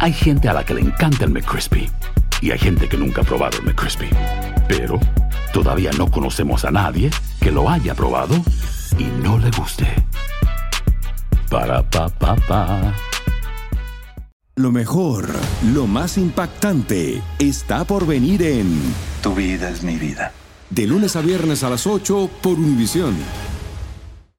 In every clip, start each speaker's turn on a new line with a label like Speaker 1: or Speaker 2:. Speaker 1: Hay gente a la que le encanta el McCrispy y hay gente que nunca ha probado el McCrispy. Pero todavía no conocemos a nadie que lo haya probado y no le guste. Para pa pa pa.
Speaker 2: Lo mejor, lo más impactante, está por venir en
Speaker 3: Tu vida es mi vida.
Speaker 2: De lunes a viernes a las 8 por Univisión.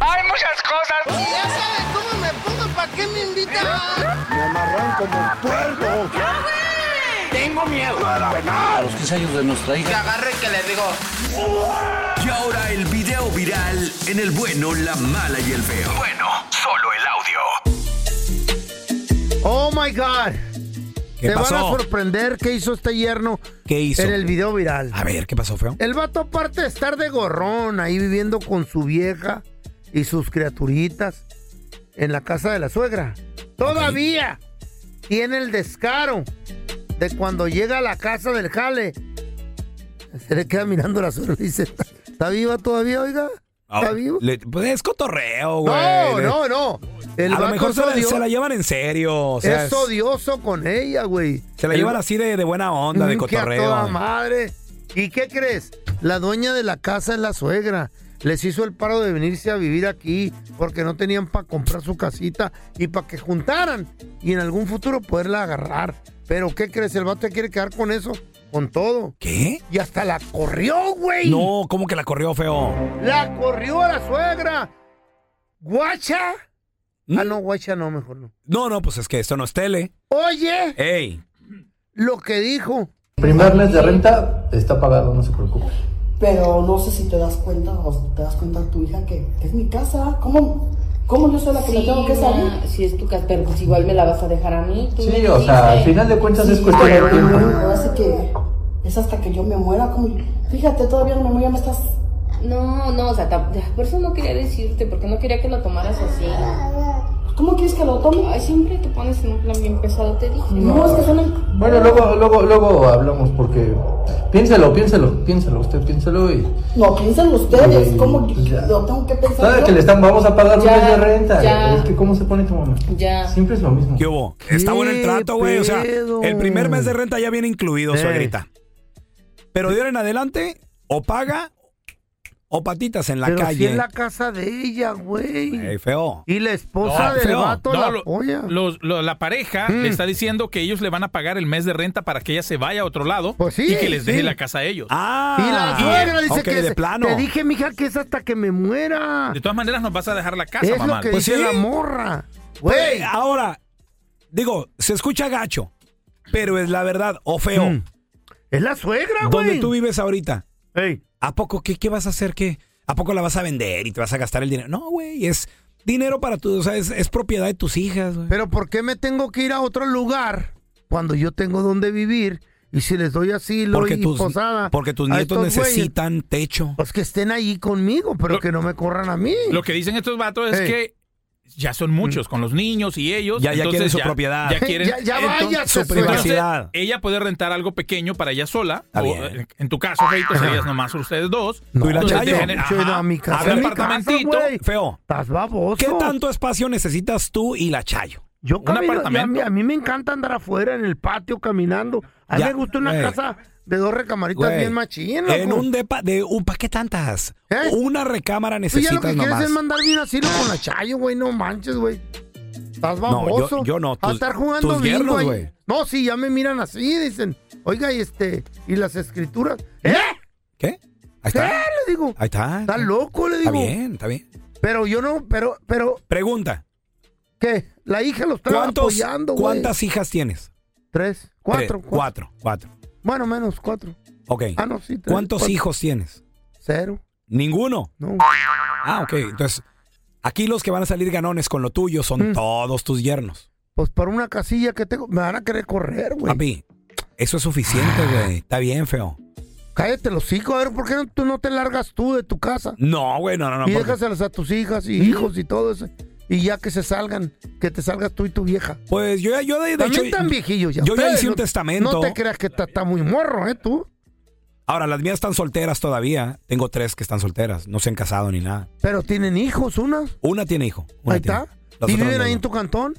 Speaker 4: Hay muchas cosas.
Speaker 5: Y ya sabes cómo me pongo, ¿para qué me invitan?
Speaker 6: Me amarran como puerco.
Speaker 4: ¡Ya, güey! Tengo miedo a la penal.
Speaker 7: los 15 años de nuestra hija.
Speaker 4: Que agarre que le digo.
Speaker 2: Y ahora el video viral en el bueno, la mala y el feo.
Speaker 3: Bueno, solo el audio.
Speaker 8: Oh my God.
Speaker 9: ¿Qué
Speaker 8: te van a
Speaker 9: pasó?
Speaker 8: sorprender qué hizo este yerno
Speaker 9: ¿Qué hizo?
Speaker 8: en el video viral.
Speaker 9: A ver, ¿qué pasó, feo?
Speaker 8: El vato, aparte de estar de gorrón ahí viviendo con su vieja y sus criaturitas en la casa de la suegra, todavía tiene el descaro de cuando llega a la casa del jale. Se le queda mirando la suegra y dice: "¿Está- ¿Está viva todavía, oiga? ¿Está
Speaker 9: Ah,
Speaker 8: vivo?
Speaker 9: le- pues es cotorreo, güey.
Speaker 8: No, no, no. El
Speaker 9: a lo
Speaker 8: vato
Speaker 9: mejor
Speaker 8: es
Speaker 9: se la,
Speaker 8: odio-
Speaker 9: se la llevan en serio. O sea,
Speaker 8: es
Speaker 9: es-
Speaker 8: odioso con ella, güey.
Speaker 9: se la
Speaker 8: El-
Speaker 9: llevan así de, de buena onda, de
Speaker 8: Mm, que a toda
Speaker 9: cotorreo.
Speaker 8: madre. ¿Y qué crees? La dueña de la casa es la suegra. Les hizo el paro de venirse a vivir aquí porque no tenían para comprar su casita y para que juntaran y en algún futuro poderla agarrar. Pero ¿qué crees? El vato quiere quedar con eso, con todo.
Speaker 9: ¿Qué?
Speaker 8: Y hasta la corrió, güey.
Speaker 9: No, ¿cómo que la corrió, feo?
Speaker 8: La corrió a la suegra. Guacha.
Speaker 9: ¿Mm?
Speaker 8: Ah, no, guacha no, mejor no.
Speaker 9: No, no, pues es que esto no es tele.
Speaker 8: Oye,
Speaker 9: Ey,
Speaker 8: lo que dijo.
Speaker 10: Primer mes de renta está pagado, no se preocupe.
Speaker 11: Pero no sé si te das cuenta o si te das cuenta tu hija que, que es mi casa. ¿Cómo, cómo yo soy la que me tengo que salir?
Speaker 12: Si es tu casa, pero pues igual me la vas a dejar a mí. tú
Speaker 10: Sí,
Speaker 12: me
Speaker 10: o sea, al
Speaker 12: dijiste.
Speaker 10: final de cuentas es cuestión de tiempo.
Speaker 11: Ahora sí que es hasta que yo me muera. Como, fíjate, todavía no me muero, ya me estás.
Speaker 12: No, no, o sea, tam- por eso no quería decirte, porque no quería que lo tomaras así.
Speaker 11: Pues, ¿Cómo quieres que lo tome?
Speaker 12: Ay, siempre te pones en un plan bien pesado, te dije.
Speaker 11: No, es que son.
Speaker 10: Bueno, luego, luego, luego hablamos porque piénselo, piénselo, piénselo, usted piénselo y
Speaker 11: No, piensen ustedes.
Speaker 10: Ay,
Speaker 11: ¿Cómo
Speaker 10: pues ya.
Speaker 11: lo tengo que pensar?
Speaker 10: sabe
Speaker 11: yo?
Speaker 10: que le están, vamos a pagar un
Speaker 12: Ya,
Speaker 10: mes de renta.
Speaker 12: ya.
Speaker 10: Es que cómo se pone tu mamá.
Speaker 12: Ya.
Speaker 10: Siempre es lo mismo.
Speaker 9: ¿qué hubo? Está bueno el trato, güey. O sea,
Speaker 8: pedo?
Speaker 9: el primer mes de renta ya viene incluido,
Speaker 8: Eh.
Speaker 9: suegrita. Pero de ahora en adelante, o paga o patitas en la
Speaker 8: pero
Speaker 9: calle.
Speaker 8: si es la casa de ella, güey.
Speaker 9: Ey, feo.
Speaker 8: Y la esposa
Speaker 13: No,
Speaker 8: del
Speaker 13: feo.
Speaker 8: vato
Speaker 13: No,
Speaker 8: la
Speaker 13: lo-
Speaker 8: apoya.
Speaker 13: los- lo- la pareja
Speaker 8: Mm.
Speaker 13: le está diciendo que ellos le van a pagar el mes de renta para que ella se vaya a otro lado
Speaker 8: Pues sí,
Speaker 13: y que les deje
Speaker 8: sí.
Speaker 13: la casa a ellos.
Speaker 9: Ah.
Speaker 8: y la suegra dice
Speaker 9: ok,
Speaker 8: que
Speaker 9: de
Speaker 8: se-
Speaker 9: plano.
Speaker 8: te dije, mija, que es hasta que me muera.
Speaker 13: De todas maneras nos vas a dejar la casa,
Speaker 8: Es
Speaker 13: mamá.
Speaker 8: lo que
Speaker 9: Pues
Speaker 8: dice
Speaker 9: sí.
Speaker 8: la morra. Güey,
Speaker 9: Eh, Ahora, digo, se escucha gacho, pero es la verdad, o feo.
Speaker 8: Mm, es la suegra, güey.
Speaker 9: Donde tú vives ahorita,
Speaker 8: Ey,
Speaker 9: ¿a poco qué, qué vas a hacer? ¿Qué? ¿A poco la vas a vender y te vas a gastar el dinero? No, güey, es dinero para tu, o sea, es, es propiedad de tus hijas, güey.
Speaker 8: Pero ¿por qué me tengo que ir a otro lugar cuando yo tengo donde vivir? Y si les doy asilo
Speaker 9: Porque
Speaker 8: y
Speaker 9: tus,
Speaker 8: posada.
Speaker 9: porque tus
Speaker 8: a
Speaker 9: nietos
Speaker 8: estos güeyes,
Speaker 9: necesitan techo.
Speaker 8: pues que estén ahí conmigo, pero
Speaker 13: Lo-
Speaker 8: que no me corran a mí.
Speaker 13: Lo que dicen estos vatos es
Speaker 8: Ey. Mm.
Speaker 13: que ya son muchos con los niños y ellos.
Speaker 9: Ya- ya quieren
Speaker 13: entonces
Speaker 9: su propiedad.
Speaker 13: Ya quieren.
Speaker 8: ya ya
Speaker 13: entonces-
Speaker 8: váyase,
Speaker 9: su
Speaker 8: suegra.
Speaker 9: privacidad.
Speaker 13: entonces, ella puede rentar algo pequeño para ella sola.
Speaker 9: Está
Speaker 13: o,
Speaker 9: bien.
Speaker 13: eh, en tu caso, Feito, serías nomás ustedes dos.
Speaker 9: Tú y la
Speaker 13: Entonces,
Speaker 9: Chayo.
Speaker 13: dejen-
Speaker 8: Yo he ido
Speaker 13: ajá,
Speaker 8: a mi casa,
Speaker 13: abre
Speaker 8: a mi casa,
Speaker 13: apartamentito.
Speaker 8: güey.
Speaker 9: Feo,
Speaker 8: Estás baboso.
Speaker 9: ¿qué tanto espacio necesitas tú y la Chayo?
Speaker 8: Yo
Speaker 13: ¿Un
Speaker 8: camino, ya a,
Speaker 13: apartamento?
Speaker 8: mí, a mí me encanta andar afuera en el patio caminando. A mí
Speaker 9: Ya,
Speaker 8: me gusta una
Speaker 9: güey.
Speaker 8: casa de dos recamaritas
Speaker 9: Güey,
Speaker 8: bien machín,
Speaker 9: En
Speaker 8: loco.
Speaker 9: un depa de un ¿para qué tantas?
Speaker 8: ¿Eh?
Speaker 9: Una recámara
Speaker 8: Tú Pues ya lo
Speaker 9: necesitas
Speaker 8: que quieres
Speaker 9: nomás.
Speaker 8: es mandar bien asilo con la Chayo, güey, no manches, güey. Estás
Speaker 9: No, yo-
Speaker 8: baboso.
Speaker 9: yo no,
Speaker 8: a
Speaker 9: tus-
Speaker 8: estar jugando
Speaker 9: tus
Speaker 8: bingo
Speaker 9: yernos,
Speaker 8: ahí.
Speaker 9: güey.
Speaker 8: No, sí, ya me miran así, dicen. Oiga, y este, y las escrituras. ¿Eh?
Speaker 9: ¿Qué? Ahí
Speaker 8: ¿Qué?
Speaker 9: está.
Speaker 8: Le digo.
Speaker 9: Ahí está.
Speaker 8: Está loco, le
Speaker 9: Está
Speaker 8: digo.
Speaker 9: bien, está bien.
Speaker 8: Pero yo no, pero, pero,
Speaker 9: Pregunta.
Speaker 8: ¿qué? La hija lo está
Speaker 9: ¿Cuántos,
Speaker 8: apoyando, güey.
Speaker 9: ¿Cuántas hijas tienes?
Speaker 8: Tres, cuatro,
Speaker 9: Tres,
Speaker 8: cuatro.
Speaker 9: cuatro, cuatro.
Speaker 8: Bueno, menos cuatro.
Speaker 9: Ok.
Speaker 8: Ah, no, sí. tres,
Speaker 9: ¿Cuántos
Speaker 8: cuatro.
Speaker 9: hijos tienes?
Speaker 8: Cero.
Speaker 9: ¿Ninguno?
Speaker 8: No.
Speaker 9: Ah, ok. Entonces, aquí los que van a salir ganones con lo tuyo son todos tus yernos.
Speaker 8: Mm. Pues para una casilla que tengo, me van a querer correr, güey. Ah.
Speaker 9: Papi, eso es suficiente, güey. Está bien, feo.
Speaker 8: Cállate los hijos, a ver, ¿por qué no, tú no te largas tú de tu casa?
Speaker 9: No, güey, no, no, no.
Speaker 8: y
Speaker 9: porque-
Speaker 8: déjaselas a tus hijas y hijos y todo eso. Y ya que se salgan, que te salgas tú y tu vieja.
Speaker 9: Pues yo ya, yo de, de
Speaker 8: También
Speaker 9: hecho.
Speaker 8: están viejillos ya.
Speaker 9: Yo ya
Speaker 8: Ustedes
Speaker 9: hice
Speaker 8: no-
Speaker 9: un testamento.
Speaker 8: No te creas que está, está muy morro, ¿eh, tú?
Speaker 9: Ahora, las mías están solteras todavía. Tengo tres que están solteras. No se han casado ni nada.
Speaker 8: Pero tienen hijos, una.
Speaker 9: Una tiene hijo. una
Speaker 8: Ahí
Speaker 9: tiene.
Speaker 8: está.
Speaker 9: Las
Speaker 8: ¿Y
Speaker 9: otras
Speaker 8: viven
Speaker 9: no.
Speaker 8: ahí en tu cantón?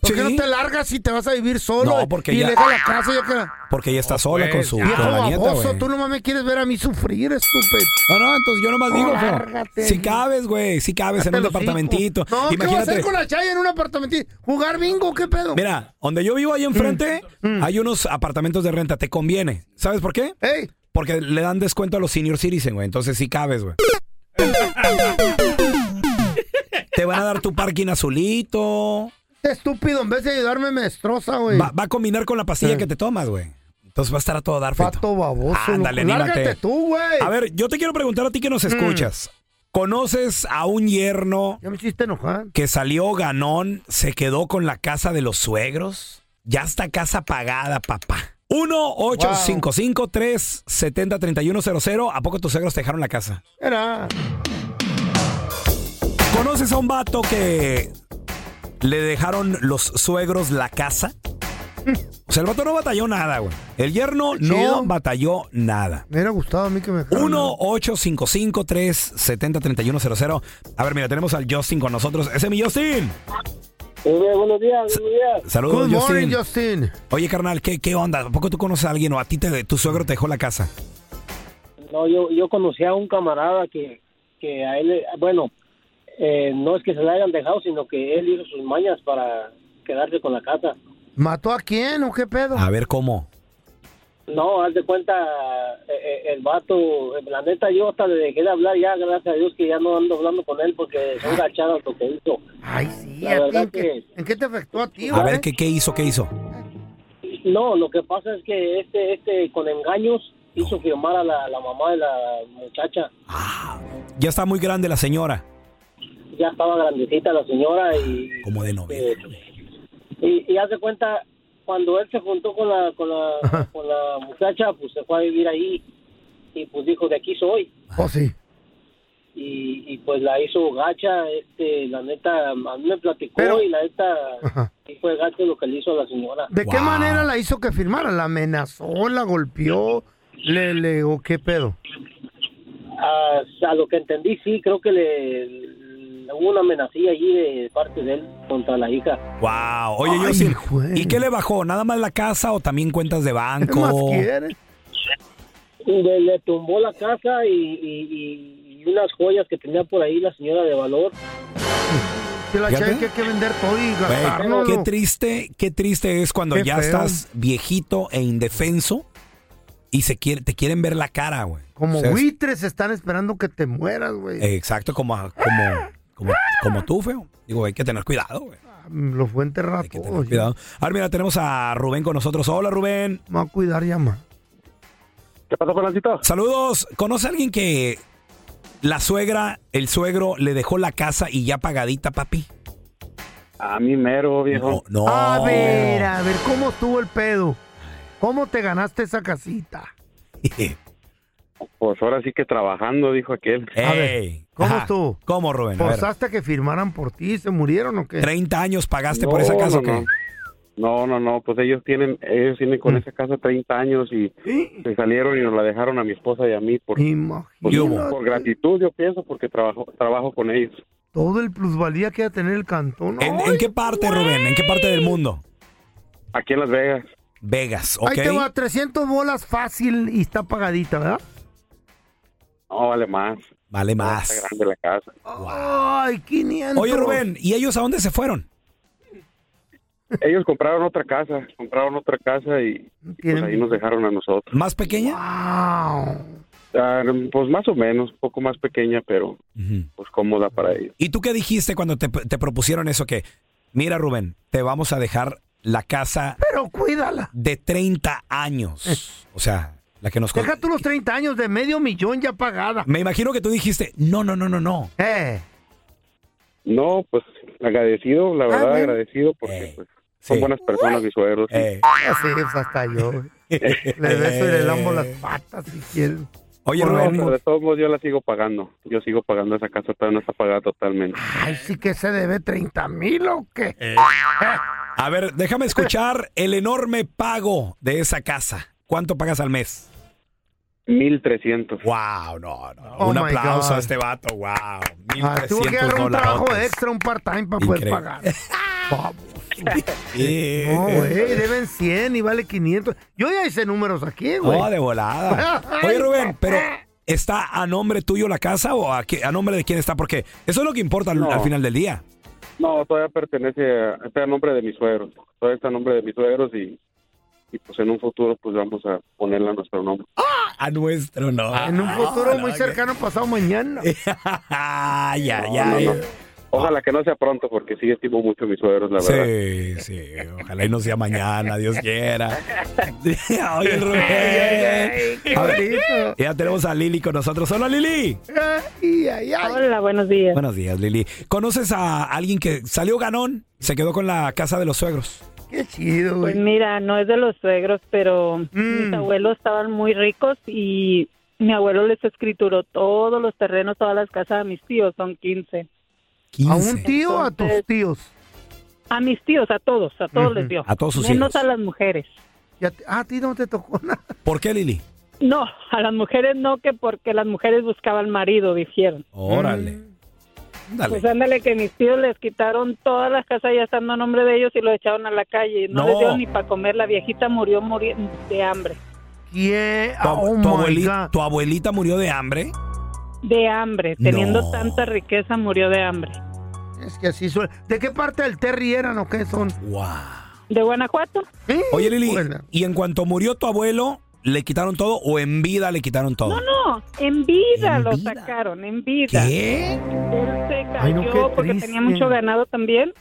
Speaker 8: ¿Por qué
Speaker 9: Sí.
Speaker 8: no te largas si te vas a vivir solo?
Speaker 9: No, porque
Speaker 8: y
Speaker 9: ya-
Speaker 8: le deja la casa ya que la...
Speaker 9: Porque ella está sola
Speaker 8: Pues,
Speaker 9: con su
Speaker 8: viejo
Speaker 9: con la nieta,
Speaker 8: baboso,
Speaker 9: güey.
Speaker 8: tú nomás me quieres ver a mí sufrir, estúpido.
Speaker 9: No, no, entonces yo nomás digo, feo,
Speaker 8: Lárgate.
Speaker 9: si cabes, güey, si cabes en un
Speaker 8: Cállate los
Speaker 9: departamentito.
Speaker 8: hijos. No, ¿qué vas a hacer
Speaker 9: Imagínate.
Speaker 8: con la chaya en un apartamentito? ¿Jugar bingo? ¿Qué pedo? Mm.
Speaker 9: Mira, donde yo vivo ahí enfrente hay unos apartamentos de renta, te conviene. ¿Sabes por qué? Porque le dan descuento a los senior citizen, güey. Entonces sí cabes, güey. te van a dar tu parking azulito.
Speaker 8: Estúpido, en vez de ayudarme me destroza, güey.
Speaker 9: Va, va a combinar con la pastilla que te tomas, güey. Entonces va a estar a todo dar, Feto.
Speaker 8: Pato baboso.
Speaker 9: Ándale,
Speaker 8: loco.
Speaker 9: anímate.
Speaker 8: Lárgate tú, güey. Mm.
Speaker 9: A ver, yo te quiero preguntar a ti que nos escuchas. ¿Conoces a un yerno
Speaker 8: Ya me hiciste enojar.
Speaker 9: que salió ganón, se quedó con la casa de los suegros? Ya está casa pagada, papá. 1-855-370-3100. ¿A poco tus suegros te dejaron la casa?
Speaker 8: Era.
Speaker 9: ¿Conoces a un vato que le dejaron los suegros la casa? O sea, el vato no batalló nada, güey. El yerno
Speaker 8: Qué chido.
Speaker 9: no batalló nada.
Speaker 8: Me hubiera gustado a mí que me...
Speaker 9: 1-855-370-3100. A ver, mira, tenemos al Justin con nosotros. Ese es mi Justin.
Speaker 14: buenos días, buenos días.
Speaker 9: Saludos,
Speaker 8: Good
Speaker 9: Justin.
Speaker 8: morning, Justin.
Speaker 9: Oye, carnal, ¿qué, ¿qué onda? ¿A poco tú conoces a alguien o a ti te, tu suegro te dejó la casa?
Speaker 14: No, yo, yo conocí a un camarada que, que a él, bueno, eh, no es que se la hayan dejado, sino que él hizo sus mañas para quedarse con la casa.
Speaker 8: ¿Mató a quién o qué pedo?
Speaker 9: A ver cómo.
Speaker 14: No, haz de cuenta, eh, eh, el vato, eh, la neta, yo hasta le dejé de hablar ya, gracias a Dios que ya no ando hablando con él porque son gachadas lo que hizo.
Speaker 8: Ay, sí,
Speaker 14: la
Speaker 8: ¿a ti
Speaker 14: verdad
Speaker 8: en qué-
Speaker 14: que...
Speaker 8: ¿En qué te afectó a ti,
Speaker 9: A
Speaker 8: güey?
Speaker 9: ver, ¿qué, qué hizo? ¿Qué hizo?
Speaker 14: No, lo que pasa es que este, este con engaños hizo firmar a la, la mamá de la muchacha.
Speaker 9: Ah, Ya está muy grande la señora.
Speaker 14: Ya estaba grandecita la señora y
Speaker 9: Como de novela.
Speaker 14: Eh, y, y haz de cuenta, cuando él se juntó con la, con la, con la muchacha, pues se fue a vivir ahí y pues dijo, de aquí soy.
Speaker 8: Oh, sí.
Speaker 14: Y, y pues la hizo gacha, este, la neta, a mí me platicó y la neta, sí fue gacho lo que le hizo a la señora.
Speaker 8: ¿De qué manera la hizo que firmara? ¿La amenazó, la golpeó, le, le, o qué pedo?
Speaker 14: A, a lo que entendí, sí, creo que le, le hubo una amenacilla allí de parte de él contra la hija.
Speaker 9: Wow. Oye, Justin, ¿y qué le bajó? ¿Nada más la casa o también cuentas de banco?
Speaker 14: Le, le tumbó la casa y, y- y- y unas joyas que tenía por ahí la señora de valor.
Speaker 8: Que la
Speaker 9: Fíjate.
Speaker 8: chave que hay que vender todo y
Speaker 9: Güey,
Speaker 8: gastarnos.
Speaker 9: qué triste, qué triste es cuando
Speaker 8: Qué
Speaker 9: ya
Speaker 8: feo.
Speaker 9: estás viejito e indefenso y se quiere, te quieren ver la cara, güey.
Speaker 8: Como
Speaker 9: O sea, es-
Speaker 8: buitres están esperando que te mueras, güey.
Speaker 9: Eh, Exacto, como, a- como, como, como tú, feo. Digo, hay que tener cuidado, güey.
Speaker 8: Mm, Los fue a enterrar a todos.
Speaker 9: Cuidado. Ahora, mira, tenemos a Rubén con nosotros. Hola, Rubén.
Speaker 8: Vamos a cuidar ya más.
Speaker 9: ¿Qué pasó, Saludos. ¿Conoce a alguien que la suegra, el suegro, le dejó la casa y ya pagadita, papi?
Speaker 15: A mí mero, viejo.
Speaker 9: No.
Speaker 8: A ver, a ver, ¿cómo estuvo el pedo? ¿Cómo te ganaste esa casita?
Speaker 15: Pues ahora sí que trabajando, dijo aquel.
Speaker 8: A ver, ¿cómo estuvo?
Speaker 9: ¿Cómo, Rubén? A ver.
Speaker 8: ¿Forzaste que firmaran por ti? ¿Se murieron o qué?
Speaker 9: 30 años pagaste
Speaker 15: No, no, No, no, no, pues ellos tienen, ellos tienen
Speaker 9: Mm.
Speaker 15: con esa casa 30 años y se salieron y nos la dejaron a mi esposa y a mí por, por, por gratitud, yo pienso, porque trabajo, trabajo con ellos.
Speaker 8: Todo el plusvalía que iba a tener el cantón.
Speaker 9: ¿En, en qué parte, Rubén? ¿En qué parte del mundo?
Speaker 15: Aquí en Las Vegas.
Speaker 9: Vegas, ok.
Speaker 8: Ahí te va 300 bolas fácil y está pagadita, ¿verdad?
Speaker 15: No, vale más.
Speaker 9: Vale más.
Speaker 15: Está grande la casa.
Speaker 8: Ay, 500.
Speaker 9: Oye, Rubén, ¿y ellos a dónde se fueron?
Speaker 15: Ellos compraron otra casa, compraron otra casa y, y pues ahí nos dejaron a nosotros.
Speaker 9: ¿Más pequeña?
Speaker 15: Ah, pues más o menos, un poco más pequeña, pero pues cómoda para ellos.
Speaker 9: ¿Y tú qué dijiste cuando te, te propusieron eso? Que, mira, Rubén, te vamos a dejar la casa
Speaker 8: Pero cuídala.
Speaker 9: de 30 años. O sea, La que nos
Speaker 8: Deja tú los 30 años de medio millón ya pagada. Eh,
Speaker 9: Me imagino que tú dijiste, no, no, no, no, no.
Speaker 15: No, pues agradecido,
Speaker 8: Ah,
Speaker 15: la verdad, agradecido porque
Speaker 9: Eh,
Speaker 15: pues, son buenas personas mis suegros. y-
Speaker 8: Así es pues, hasta yo. güey. le beso y le lambo las patas si quieren.
Speaker 15: Oye,
Speaker 8: Por lo
Speaker 15: no,
Speaker 8: menos.
Speaker 15: pero de todos modos yo la sigo pagando. Yo sigo pagando esa casa, todavía no está pagada totalmente.
Speaker 8: Ay, sí que se debe 30 mil o qué.
Speaker 9: A ver, déjame escuchar el enorme pago de esa casa. ¿Cuánto pagas al mes?
Speaker 15: 1300.
Speaker 9: Wow, no, no.
Speaker 8: Oh
Speaker 9: un
Speaker 8: my
Speaker 9: aplauso
Speaker 8: God.
Speaker 9: a este vato, wow.
Speaker 8: Ah, tuvo que
Speaker 9: 1300
Speaker 8: dar un trabajo
Speaker 9: dolarotes.
Speaker 8: extra, un part-time para poder
Speaker 9: Increíble.
Speaker 8: pagar.
Speaker 9: Eh,
Speaker 8: No, güey,
Speaker 9: eh.
Speaker 8: deben 100 y vale 500. Yo ya hice números aquí, güey.
Speaker 9: Oh, de volada. Oye, Rubén, pero ¿está a nombre tuyo la casa o a, qué- a nombre de quién está? Porque eso es lo que importa al-
Speaker 15: No.
Speaker 9: al final del día.
Speaker 15: No, todavía pertenece a, está a nombre de mis suegros. Todavía está a nombre de mis suegros y, y pues en un futuro pues vamos a ponerla a nuestro nombre.
Speaker 9: ¡Ah! A nuestro, no.
Speaker 8: En un
Speaker 9: Ah,
Speaker 8: futuro muy cercano, pasado mañana.
Speaker 9: ay, ay,
Speaker 15: No, no, no. Ojalá que no sea pronto porque sí estimo mucho a mis suegros, la verdad.
Speaker 9: Sí, sí, ojalá y no sea mañana, Dios quiera. Oye, Rubén. A ver, ya tenemos a Lili con nosotros. Hola, Lili.
Speaker 16: Hola, buenos días.
Speaker 9: Buenos días, Lili. ¿Conoces a alguien que salió ganón? Se quedó con la casa de los suegros.
Speaker 8: Qué chido, Mm.
Speaker 16: Pues mira, no es de los suegros, pero mis abuelos estaban muy ricos y mi abuelo les escrituró todos los terrenos, todas las casas a mis tíos, son 15.
Speaker 8: ¿A un tío o a tus tíos?
Speaker 16: A mis tíos, a todos, a todos
Speaker 8: Ujú.
Speaker 16: les dio.
Speaker 9: A todos sus
Speaker 16: Menos
Speaker 9: hijos.
Speaker 16: a las mujeres.
Speaker 8: ah, a ti no te tocó nada.
Speaker 9: ¿Por qué, Lili?
Speaker 16: No, a las mujeres no, que porque las mujeres buscaban marido, dijeron.
Speaker 9: Órale. Ándale.
Speaker 16: Pues ándale que mis tíos les quitaron todas las casas ya estando a nombre de ellos y lo echaron a la calle. No,
Speaker 9: No.
Speaker 16: les dio ni para comer. La viejita murió muri- de hambre.
Speaker 9: Tu,
Speaker 16: Oh,
Speaker 9: ab- tu abueli- tu abuelita murió de hambre.
Speaker 16: De hambre. Teniendo tanta riqueza murió de hambre.
Speaker 8: Es que así suele. ¿De qué parte del Terry eran o qué son?
Speaker 16: ¿De Guanajuato?
Speaker 9: Oye, Lili, ¿y en cuanto murió tu abuelo, le quitaron todo o en vida le quitaron todo?
Speaker 16: No, no. En vida lo sacaron, en vida.
Speaker 9: ¿Qué?
Speaker 16: Él se cayó
Speaker 9: Ay, no, qué
Speaker 16: porque
Speaker 9: triste.
Speaker 16: tenía mucho ganado también.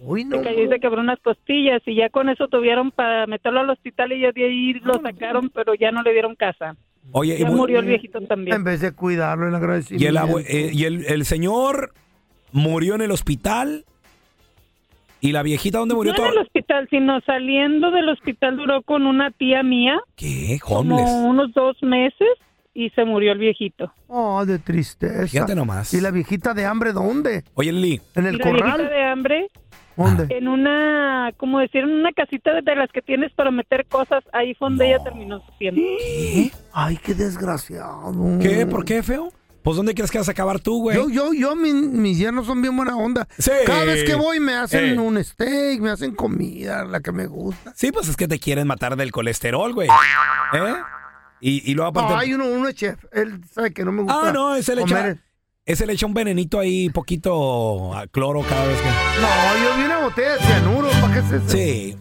Speaker 8: Uy,
Speaker 16: Se cayó y se quebró unas costillas y ya con eso tuvieron para meterlo al hospital y ya de ahí lo sacaron, pero ya no le dieron casa.
Speaker 9: Oye, y
Speaker 16: Ya
Speaker 9: mu-
Speaker 16: murió el viejito también.
Speaker 8: En vez de cuidarlo en
Speaker 9: Y, el,
Speaker 8: agradecimiento.
Speaker 9: abue- eh, y el- el señor murió en el hospital. ¿Y la viejita dónde murió?
Speaker 16: No en el hospital, sino saliendo del hospital duró con una tía mía
Speaker 9: ¿Qué?
Speaker 16: como
Speaker 9: eh, Homeless.
Speaker 16: unos dos meses y se murió el viejito.
Speaker 8: Oh, de tristeza.
Speaker 9: Fíjate nomás.
Speaker 8: ¿Y la viejita de hambre dónde?
Speaker 9: Oye, Lili.
Speaker 8: En el
Speaker 16: Y la viejita
Speaker 8: corral.
Speaker 16: de hambre
Speaker 8: ¿Dónde?
Speaker 16: en una, como decir, en una casita de- de las que tienes para meter cosas, ahí fue donde ella terminó su tiempo.
Speaker 8: Ay, qué desgraciado.
Speaker 9: ¿Qué? ¿Por qué, feo? Pues ¿dónde crees que vas a acabar tú, güey?
Speaker 8: Yo, yo, yo, mi- mis yernos son bien buena onda.
Speaker 9: Sí.
Speaker 8: Cada vez que voy me hacen
Speaker 9: Eh.
Speaker 8: un steak, me hacen comida, la que me gusta.
Speaker 9: Sí, pues es que te quieren matar del colesterol, güey. ¿Eh? Y, y luego aparte...
Speaker 8: No, hay uno, uno es chef. Él sabe que no me gusta.
Speaker 9: Ah, no, ese le
Speaker 8: comer.
Speaker 9: echa... Ese le echa un venenito ahí, poquito a cloro cada vez que...
Speaker 8: No, yo vi una botella de cianuro. ¿Para qué es eso?
Speaker 9: Sí.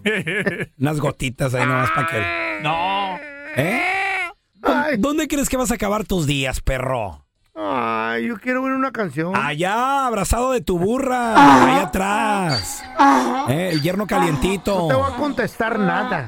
Speaker 9: Unas gotitas ahí nomás para que... No. ¿Eh? ¿Dónde crees que vas a acabar tus días, perro?
Speaker 8: Ay, yo quiero oír una canción.
Speaker 9: Allá, abrazado de tu burra, allá atrás. Eh, el yerno calientito.
Speaker 8: No te voy a contestar nada.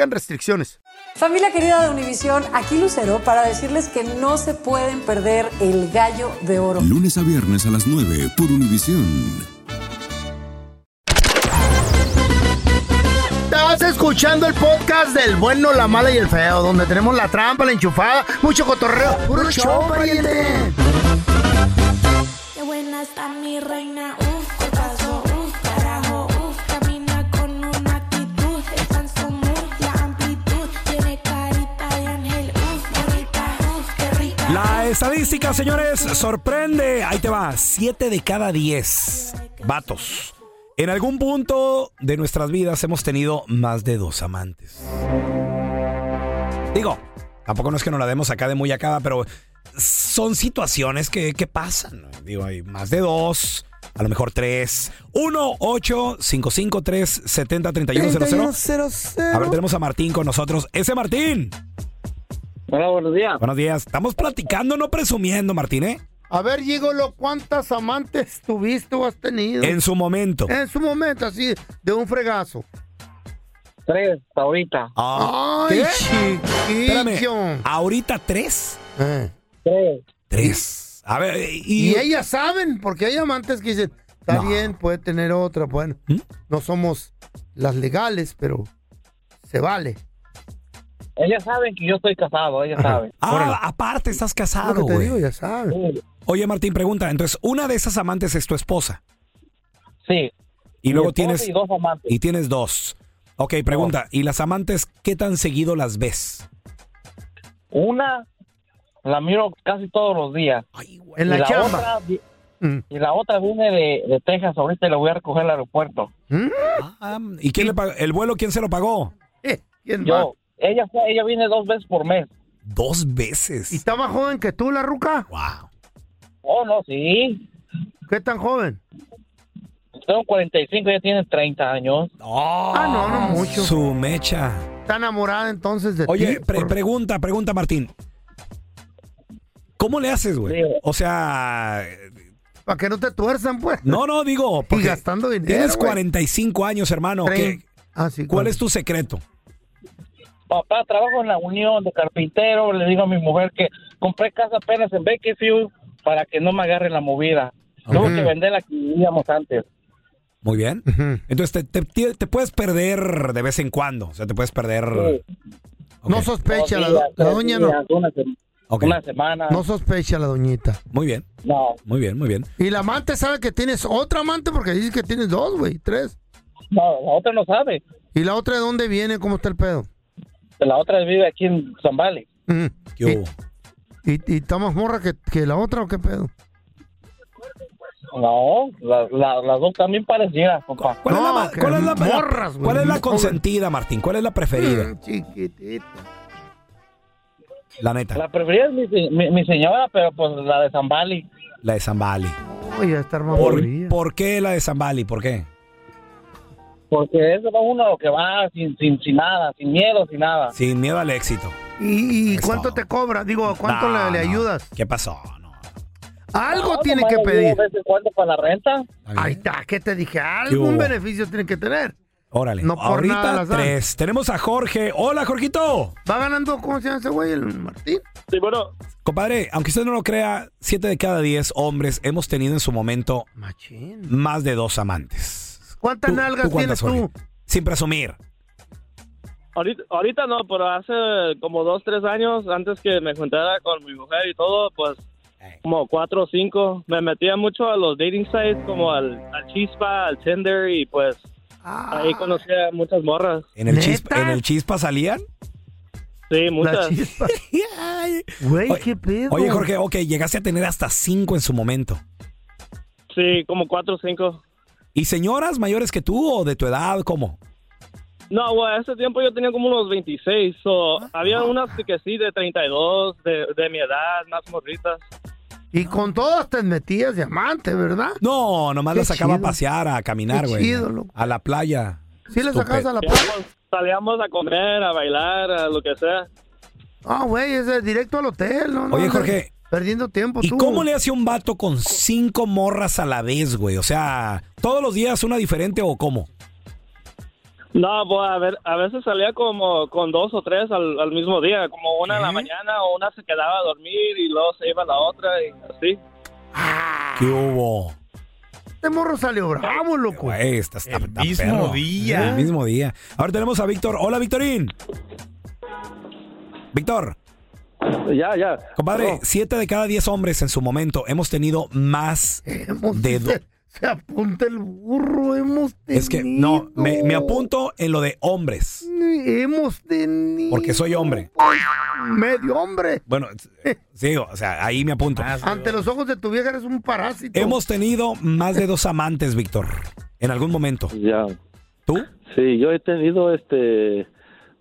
Speaker 8: restricciones.
Speaker 17: Familia querida de Univisión, aquí Lucero para decirles que no se pueden perder el gallo de oro.
Speaker 2: Lunes a viernes a las 9 por Univisión.
Speaker 8: Estás escuchando el podcast del bueno, la mala y el feo, donde tenemos la trampa, la enchufada, mucho cotorreo. ¡Puro show, pariente!
Speaker 18: Qué buena está mi reina, uf, qué pasó, uf, carajo, uf, camina con una actitud, están su mood, la amplitud, tiene carita de ángel, uf, bonita, uf, qué rica.
Speaker 9: La estadística, señores, sorprende. Ahí te va. Siete de cada diez vatos. En algún punto de nuestras vidas hemos tenido más de dos amantes. Digo, Tampoco no es que nos la demos acá de muy acá, pero son situaciones que, que pasan. ¿no? Digo, hay más de dos, a lo mejor tres. 1 8 553 70 A ver, tenemos a Martín con nosotros. ¡Ese Martín!
Speaker 17: Hola, buenos días.
Speaker 9: Buenos días. Estamos platicando, no presumiendo, Martín, ¿eh?
Speaker 8: A ver, Gigolo, ¿cuántas amantes tuviste o has tenido?
Speaker 9: En su momento.
Speaker 8: En su momento, así, de un fregazo.
Speaker 17: Tres, ahorita.
Speaker 8: Ay,
Speaker 9: Ah. Espérame, ¿ahorita tres?
Speaker 17: Tres.
Speaker 9: Tres. A ver,
Speaker 8: Eh. Y
Speaker 9: y...
Speaker 8: ellas saben, porque hay amantes que dicen, está bien, puede tener otra, bueno,
Speaker 9: ¿Mm?
Speaker 8: no somos las legales, pero se vale.
Speaker 17: Ellas saben que yo estoy casado, ellas saben.
Speaker 9: Ah, aparte estás casado,
Speaker 8: Lo que te
Speaker 9: güey.
Speaker 8: digo, ya sabes.
Speaker 9: Oye, Martín, pregunta. Entonces, una de esas amantes es tu esposa.
Speaker 17: Sí.
Speaker 9: Y
Speaker 17: Mi
Speaker 9: luego
Speaker 17: esposa
Speaker 9: tienes...
Speaker 17: y dos amantes.
Speaker 9: Y tienes dos. Ok, pregunta. ¿Y las amantes qué tan seguido las ves?
Speaker 17: Una la miro casi todos los días.
Speaker 8: En
Speaker 17: Y
Speaker 8: la chamba. Mm.
Speaker 17: otra vi- y la otra viene de, de Texas, pues ahorita y la voy a recoger al aeropuerto.
Speaker 8: ¿Mm?
Speaker 9: ¿Y quién le pagó? ¿El vuelo quién se lo pagó?
Speaker 8: Eh,
Speaker 17: Yo, ella, fue- ella viene dos veces por mes.
Speaker 9: Dos veces.
Speaker 8: ¿Y está más joven que tú, la ruca?
Speaker 9: Wow.
Speaker 17: Oh, no, sí.
Speaker 8: ¿Qué tan joven?
Speaker 17: Tengo 45, ella tiene 30 años.
Speaker 9: ah, no, no mucho. Su mecha.
Speaker 8: Está enamorada entonces de ti.
Speaker 9: Oye, pre- pregunta, pregunta, Martín. ¿Cómo le haces, güey? O sea...
Speaker 8: Para que no te tuerzan, pues.
Speaker 9: No, no, digo...
Speaker 8: Y
Speaker 9: porque
Speaker 8: gastando dinero.
Speaker 9: Tienes
Speaker 8: güey.
Speaker 9: 45 años, hermano.
Speaker 8: Trein-
Speaker 9: ¿Qué-
Speaker 8: Ah, sí,
Speaker 9: ¿Cuál es tu secreto?
Speaker 17: Papá, trabajo en la unión de carpintero. Le digo a mi mujer que compré casa apenas en Bakersfield para que no me agarre la movida. Tengo que vender la que vivíamos antes.
Speaker 9: Muy bien. Entonces te, te- te- te puedes perder de vez en cuando. O sea, te puedes perder.
Speaker 8: No sospecha,
Speaker 17: Dos
Speaker 8: la,
Speaker 17: días,
Speaker 8: do- la
Speaker 17: tres
Speaker 8: doña no.
Speaker 17: días, Una, se-
Speaker 9: Ok.
Speaker 17: una semana.
Speaker 8: No sospecha la doñita.
Speaker 9: Muy bien.
Speaker 17: No.
Speaker 9: Muy bien, muy bien.
Speaker 8: Y la amante sabe que tienes otra amante porque dices que tienes dos, güey, tres.
Speaker 17: No, la otra no sabe.
Speaker 8: ¿Y la otra de dónde viene? ¿Cómo está el pedo?
Speaker 17: La otra vive aquí en San Valley.
Speaker 8: Mm.
Speaker 9: ¿Qué
Speaker 8: ¿Y-
Speaker 9: hubo?
Speaker 8: ¿Y, y está más morra que, que la otra o qué pedo?
Speaker 17: No, la- la- las dos también parecieran, papá.
Speaker 9: ¿Cuál, es, la, ma- cuál es la- la-
Speaker 8: morras,
Speaker 10: Pues,
Speaker 8: güey,
Speaker 9: cuál es la
Speaker 8: muy
Speaker 9: consentida, Martín? ¿Cuál es la preferida?
Speaker 17: Mm,
Speaker 8: Chiquitita.
Speaker 9: La neta,
Speaker 17: La preferida es mi, se- mi- mi señora, pero pues la de San Valley.
Speaker 9: la de Zambali.
Speaker 8: Oye, está más
Speaker 9: ¿Por,
Speaker 8: aburrida.
Speaker 9: por qué la de Zambali? ¿Por qué?
Speaker 17: Porque eso va uno a lo que va sin, sin, sin nada, sin miedo, sin nada.
Speaker 9: Sin miedo al éxito.
Speaker 8: ¿Y, y
Speaker 9: Eso.
Speaker 8: cuánto te cobra? Digo, ¿cuánto
Speaker 9: No,
Speaker 8: le, le
Speaker 9: no.
Speaker 8: ayudas?
Speaker 9: ¿Qué pasó?
Speaker 8: Algo
Speaker 17: No,
Speaker 8: tiene
Speaker 17: nomás
Speaker 8: que
Speaker 17: la ayuda
Speaker 8: pedir.
Speaker 17: De vez en cuando para la renta.
Speaker 8: Ahí está, ¿qué te dije?
Speaker 9: ¿Qué
Speaker 8: Algún
Speaker 9: hubo?
Speaker 8: beneficio tiene que tener.
Speaker 9: Órale.
Speaker 8: No por
Speaker 9: Ahorita
Speaker 8: nada las dan.
Speaker 9: tres. Tenemos a Jorge. Hola, Jorgito.
Speaker 8: Va ganando, ¿cómo se llama ese güey? El Martín.
Speaker 10: Sí, bueno.
Speaker 9: Compadre, aunque usted no lo crea, siete de cada diez hombres hemos tenido en su momento más de dos amantes.
Speaker 8: ¿Cuántas
Speaker 9: ¿Tú-
Speaker 10: nalgas
Speaker 9: tú cuántas,
Speaker 10: tienes tú?
Speaker 9: Jorge? Sin presumir.
Speaker 10: Ahorita, ahorita no, pero hace como dos, tres años, antes que me juntara con mi mujer y todo, pues como cuatro o cinco, me metía mucho a los dating sites, como al, al Chispa, al Tinder, y pues
Speaker 8: Ah.
Speaker 10: ahí conocía muchas morras.
Speaker 9: ¿En el, chispa, ¿En el chispa salían?
Speaker 10: Sí, muchas.
Speaker 8: Güey,
Speaker 9: Oye,
Speaker 8: qué pedo.
Speaker 9: Oye, Jorge, ok, llegaste a tener hasta cinco en su momento.
Speaker 10: Sí, como cuatro o cinco.
Speaker 9: ¿Y señoras mayores que tú o de tu edad? ¿Cómo?
Speaker 10: No, bueno, ese tiempo yo tenía como unos 26, so, había unas que sí, de 32, de, de mi edad, más morritas.
Speaker 8: Y con todas te metías diamante, ¿verdad?
Speaker 9: No, nomás
Speaker 8: Qué
Speaker 9: la sacaba
Speaker 8: chido.
Speaker 9: a pasear, a caminar,
Speaker 8: Qué
Speaker 9: güey.
Speaker 8: chido, loco.
Speaker 9: A la playa.
Speaker 8: ¿Sí le sacabas a la
Speaker 10: Salíamos, salíamos a comer, a bailar, a lo que sea.
Speaker 8: Ah, güey, es de directo al hotel, ¿no? no,
Speaker 9: Oye,
Speaker 8: no,
Speaker 9: Jorge.
Speaker 8: Perdiendo tiempo
Speaker 9: ¿Y
Speaker 8: tú.
Speaker 9: cómo le hace un vato con cinco morras a la vez, güey? O sea, ¿todos los días una diferente o cómo?
Speaker 10: No, pues a, ver, a veces salía como con dos o tres al, al mismo día, como una en la mañana o una se quedaba a dormir y luego se iba la otra y así.
Speaker 8: Ah.
Speaker 9: ¿Qué hubo?
Speaker 8: Este morro salió bravo, loco.
Speaker 9: Güey, estás tan- tan
Speaker 19: Pues, mismo
Speaker 9: perro.
Speaker 19: día.
Speaker 9: El mismo día. Ahora tenemos a Víctor. Hola, Víctorín. Víctor.
Speaker 10: Ya, ya.
Speaker 9: Compadre, siete de cada diez hombres en su momento hemos tenido más de dos.
Speaker 8: Se apunta el burro, hemos tenido.
Speaker 9: Es que no, me, me apunto en lo de hombres,
Speaker 8: Hemos tenido.
Speaker 9: porque soy hombre.
Speaker 8: Medio hombre.
Speaker 9: Bueno, sí, o sea, ahí me apunto.
Speaker 8: Ante los ojos de tu vieja eres un parásito.
Speaker 9: Hemos tenido más de dos amantes, Víctor, en algún momento.
Speaker 12: Ya.
Speaker 9: ¿Tú?
Speaker 12: Sí, yo he tenido este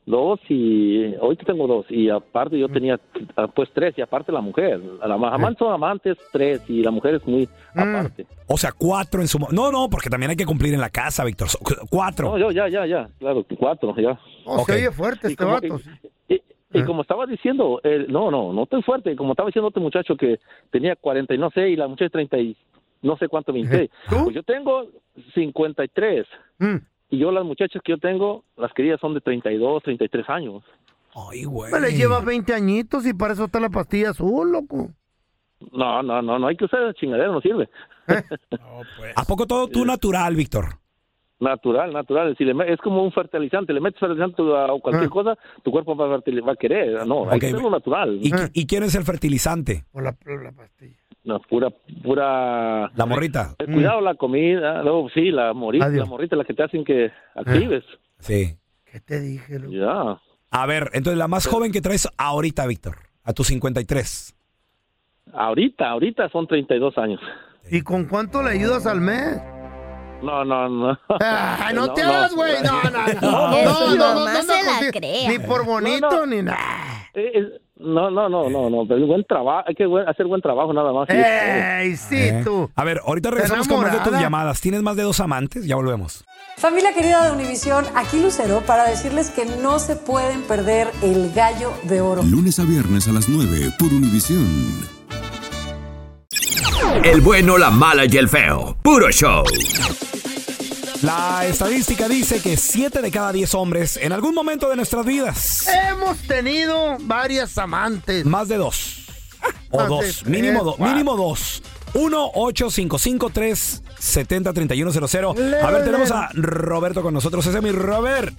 Speaker 12: dos y ahorita tengo dos y aparte yo tenía ah, pues tres y aparte la mujer. La ma- amante son amantes tres y la mujer es muy aparte.
Speaker 9: Mm. O sea, cuatro en su... mo- No, no, porque también hay que cumplir en la casa, Víctor. So- cu- Cuatro.
Speaker 12: No, yo ya, ya, ya, claro, cuatro, ya.
Speaker 9: Oh, se Ok. oye
Speaker 8: fuerte
Speaker 12: este vato. Y, y como estaba diciendo, eh, no, no, no tan fuerte, como estaba diciendo este muchacho que tenía 40 y no sé, y la muchacha 30 y no sé cuánto, 26. Pues yo tengo 53.
Speaker 9: Mm.
Speaker 12: Y yo las muchachas que yo tengo, las queridas son de 32, 33 años.
Speaker 9: Ay, güey.
Speaker 8: le llevas 20 añitos y para eso está la pastilla azul, loco.
Speaker 12: No, no, no, no hay que usar esa chingadera, no sirve.
Speaker 9: ¿Eh?
Speaker 12: Eh,
Speaker 9: ¿A poco todo tú natural, Víctor?
Speaker 12: Natural, natural. Si le me- es como un fertilizante. Le metes fertilizante a cualquier cosa, tu cuerpo va a, fertil- va a querer. ah, No, hay que
Speaker 9: Ah. Ok.
Speaker 12: hacerlo natural. Ah.
Speaker 9: ¿Y, qui- y quién es el fertilizante?
Speaker 12: No, pura, pura.
Speaker 9: La morrita.
Speaker 12: Eh, cuidado la comida. Luego, sí, la morrita,
Speaker 9: Adiós.
Speaker 12: la morrita, la que te hacen que actives.
Speaker 9: Sí.
Speaker 8: ¿Qué te dije,
Speaker 12: Ya.
Speaker 9: A ver, entonces la más joven que traes ahorita, Víctor, a tus 53. Ah.
Speaker 12: Ahorita, ahorita son 32 años.
Speaker 8: ¿Y con cuánto le ayudas al mes?
Speaker 12: No, no, no.
Speaker 9: Ah,
Speaker 8: Ay, no, te hagas, güey. No, no, no.
Speaker 12: Que su
Speaker 5: mamá
Speaker 8: anda
Speaker 5: se la
Speaker 8: contigo.
Speaker 5: crea.
Speaker 8: Ni por bonito, ni nada.
Speaker 12: Eh, eh, No, no, no, no, no, pero buen trabajo, hay que buen- hacer buen trabajo nada más.
Speaker 9: ¡Ey,
Speaker 8: sí,
Speaker 9: tú! Eh. A ver, ahorita regresamos con más de tus
Speaker 17: Enamorada.
Speaker 9: llamadas. ¿Tienes más de dos amantes? Ya volvemos.
Speaker 17: Familia querida de Univisión, aquí Lucero para decirles que no se pueden perder el gallo de oro.
Speaker 2: Lunes a viernes a las 9 por Univisión.
Speaker 20: El bueno, la mala y el feo. Puro show.
Speaker 9: La estadística dice que 7 de cada 10 hombres en algún momento de nuestras vidas.
Speaker 8: Hemos tenido varias amantes.
Speaker 9: Más de dos. O
Speaker 8: Más de
Speaker 9: dos.
Speaker 8: tres,
Speaker 9: Mínimo dos.
Speaker 8: cuatro.
Speaker 9: Mínimo dos. 1 855 370 3100 A
Speaker 8: Lero,
Speaker 9: ver, tenemos
Speaker 8: lero.
Speaker 9: a Roberto con nosotros. Ese es mi Robert.